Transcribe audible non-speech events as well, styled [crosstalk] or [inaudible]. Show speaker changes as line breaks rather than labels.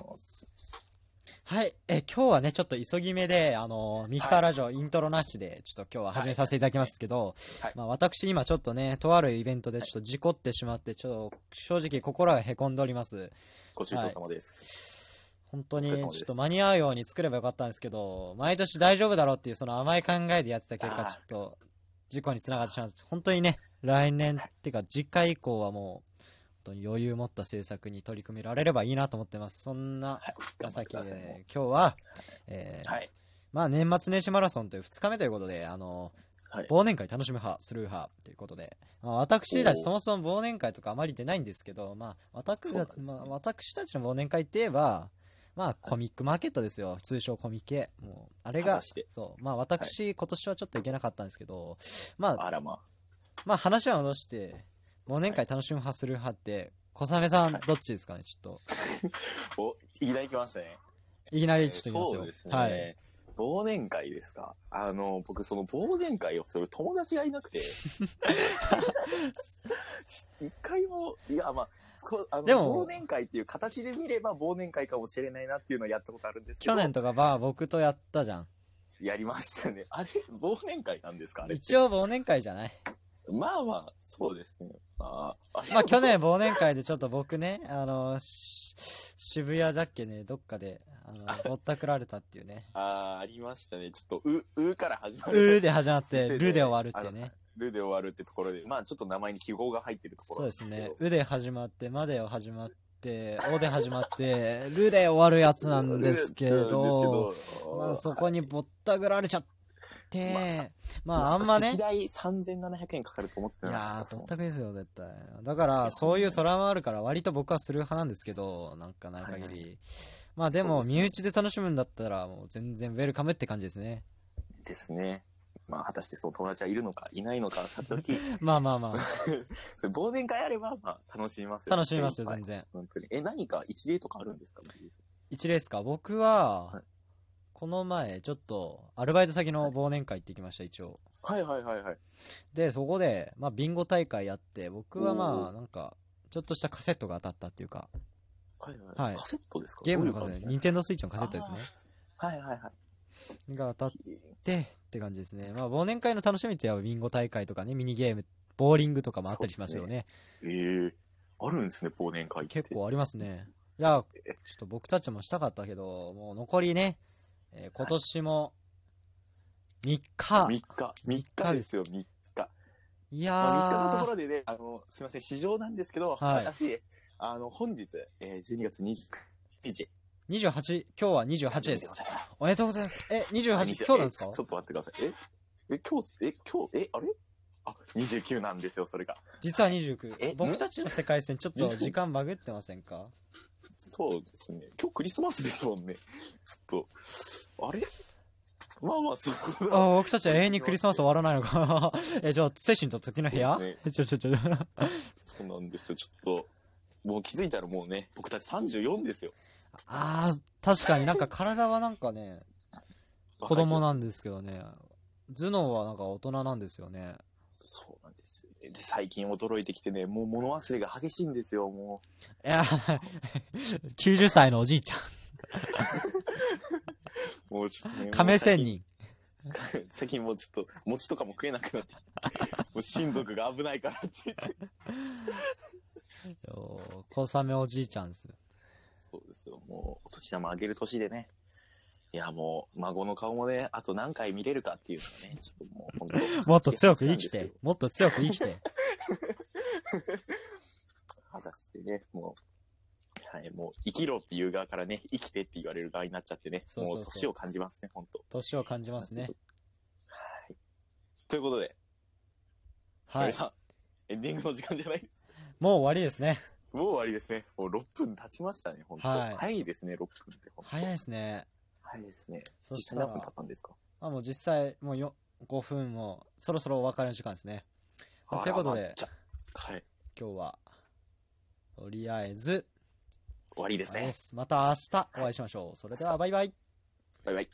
。
はい、え今日はね、ちょっと急ぎ目で、あのーミキサーラジオ、イントロなしで、ちょっと今日は始めさせていただきますけど、
はい
まあ、私、今ちょっとね、とあるイベントでちょっと事故ってしまって、ちょっと正直、心がへこんでおります。
ご愁傷様です。
本当
お
に
疲れ様です
ちょっと間に合うように作ればよかったんですけど、毎年大丈夫だろうっていうその甘い考えでやってた結
あ
果、
ー
ちょっと事故につながってしまって、本当にね、来年っていうか次回以降はもう、本当に余裕持った制作に取り組められればいいなと思ってます。そんな
はい。
矢
頑張っ
先
てくださいも
で、今日は、え
う
ー
はい。
まあ年末年始マラソンという2日目ということで、あの、
はい。
忘年会楽しむ派、スルー派ということで、まあ、私た
お
ち
ー
そもそも忘年会とかあまり出ないんですけど、まあ、私
そうなん
たち
ですね
まあ、私たちの忘年会って言えば、まあ、コミックマーケットですよ、通称コミケ。もう、あれ
果
が
たして、
そう、まあ私、今年はちょっと行けなかったんですけど、まあ、
あらま
まあ話は戻して、忘年会楽しむ派、スルー派って、小雨さん
はい、
どっちですかね、ちょっ
あ。お、いきなり来ましたね。
と。いきなりちょっと言いますよ。
そうです
はい。
ね。忘年会ですか。あの、僕、その忘年会をする友達がいなくて。
[laughs]
一回も、いや、まあ、こあの
でも
忘年会っていう形で見れば忘年会かもしれないなっていうのはやったことあるんですけど。
去年とかば、僕とやったじゃん。
やりましたね。あれ忘年会なんですかあれって
一応忘年会じゃ
[laughs]
ない
まあまあ、そうですね。まあ、あれ
まあ去年忘年会でちょっと僕ね、あの、し渋谷だっけね、どっかで、あの、ぼったくられたっていうね。
あーありましたね。ちょっと、う、うから始ま
う
る。
ーで始まって、
店
るで終わるっていうね。。
あのるで終わるってところで、まあちょっと名前に記号が入ってるところ
そう
なん
です
けど
ね。うで始まって、までを始まって、おで始まって、るで終わるやつなんですけど、
[laughs] なんですけど
まあそこにぼったくられちゃって、まああんまね
歴、代3700円かかると思って
い
なか
や
っ
ー、
た
ぼっ
です
たくですよ、絶対。だから、そういうトラウマあるから、割と僕はスルー派なんですけど、なんかない限り。
はいは
まあで
そう
も、
ですね
身内で楽しむんだったら、もう全然ウェルカムって感じで
[laughs]
すね。
ですね。まあ果たしてその友達はいるのかいないのか、さっ
[laughs]
き、
まあまあま
それ忘年会あれば、まあ楽しみます
あ、
よ
楽しみますよ、
はい
全然。
本当に。え、何か一例とかあるんですか
一例ですか僕
は、
はいこの前、ちょっと、アルバイト先の忘年会行ってきました、一応。
はいはいはいはい。
で、そこで、まあ、ビンゴ大会やって、僕は
お
まあ、
ー
なんか、ちょっとしたカセットが当たったっていうか、
はいはい
はい
カセットですか
ゲームの
ど
カ
ういう
セット、
感じ
ニンテンドースイッチのカセットですね。
はいはいはい。
が当たっってって感じですね。まあ、忘年会の楽しみって言えばビンゴ大会とかね、ミニゲーム、ボーリングとかもあったりしますよね。
ええあるんですね、忘年会って。
結構ありますね。いや、ちょっと僕たちもしたかったけど、もう残りね、えー今年も3日。
3日、3日ですよ、3日。
い
まあ、3日のと
や
ころでね、あの、すみません、市場なんですけど、
はい
私、あの、本日、えー、12月29日。
ー、28、今日は28です。おめでとうございます。え、
あ
28、
20
今日なんです
えち
か
ょちょっと待ってください。ええ、今日、え、今日、え、あれあ、29なんですよ、それが。
実は
え
29。僕たちの世界線ちょっと時間バグってませんか
そうですね。今日クリスマスですもんね。ちょっと、あれまあまあ、そこ
あ
は。
僕たちは永遠にクリスマス終わらないのか。 [laughs] え、じゃあ、精神と時の部屋、
そうです
[laughs] ちょちょちょ。
そうなんですよ、ちょっと。もう気づいたらもうね、僕たち34ですよ。
ああ、確かになんか体はな
[laughs]
んかね、子供なんですけどね、頭脳はなんか大人なんですよね。
そうなんですよね。で、最近驚いてきてね、もう物忘れが激しいんですよ、も
いや、90歳のおじ
[laughs]
いちゃん、
う。もうちょっとね、
[laughs] 亀仙
もう最
人。
近。最近もうちょっと、餅とかも食えなくなってきて、
[laughs]
もう親族が危ないからって言って。
お小雨おじいちゃんです。
そうですよ、もう、お年玉あげる年でね。いや、もう、孫の顔もね、あと何回見れるかっていうのはね、ちょっともう、本当
[laughs] もっと強く生き
なん
て
です、
もっと強く生きて。
けど果たしてね、もう、はい、もう、生きろっていう側からね、生きてって言われる側になっちゃってね、
そうそうそう
もう、年を感じますね、本当
年を感じます
[laughs]
ね。。
はい。ということで、
は
皆
い。
さん、エンディングの時間じゃないです。
もう終わりですね。
もう終わりですね。もう6分経ちましたね、本当、
はい
早いですね、6分って。本当
早いですね。
早いですね。
そ
実
した
際
ら
何分経ったんですか
まあもう実際、もうよ5分も、そろそろお別れの時間ですね。まあということで
あらまあじゃはい。
今日は、とりあえず、
終わりです
あれ
ね
で。すまた明日お会いしましょう。それでは、バイバイ。
バイバイ。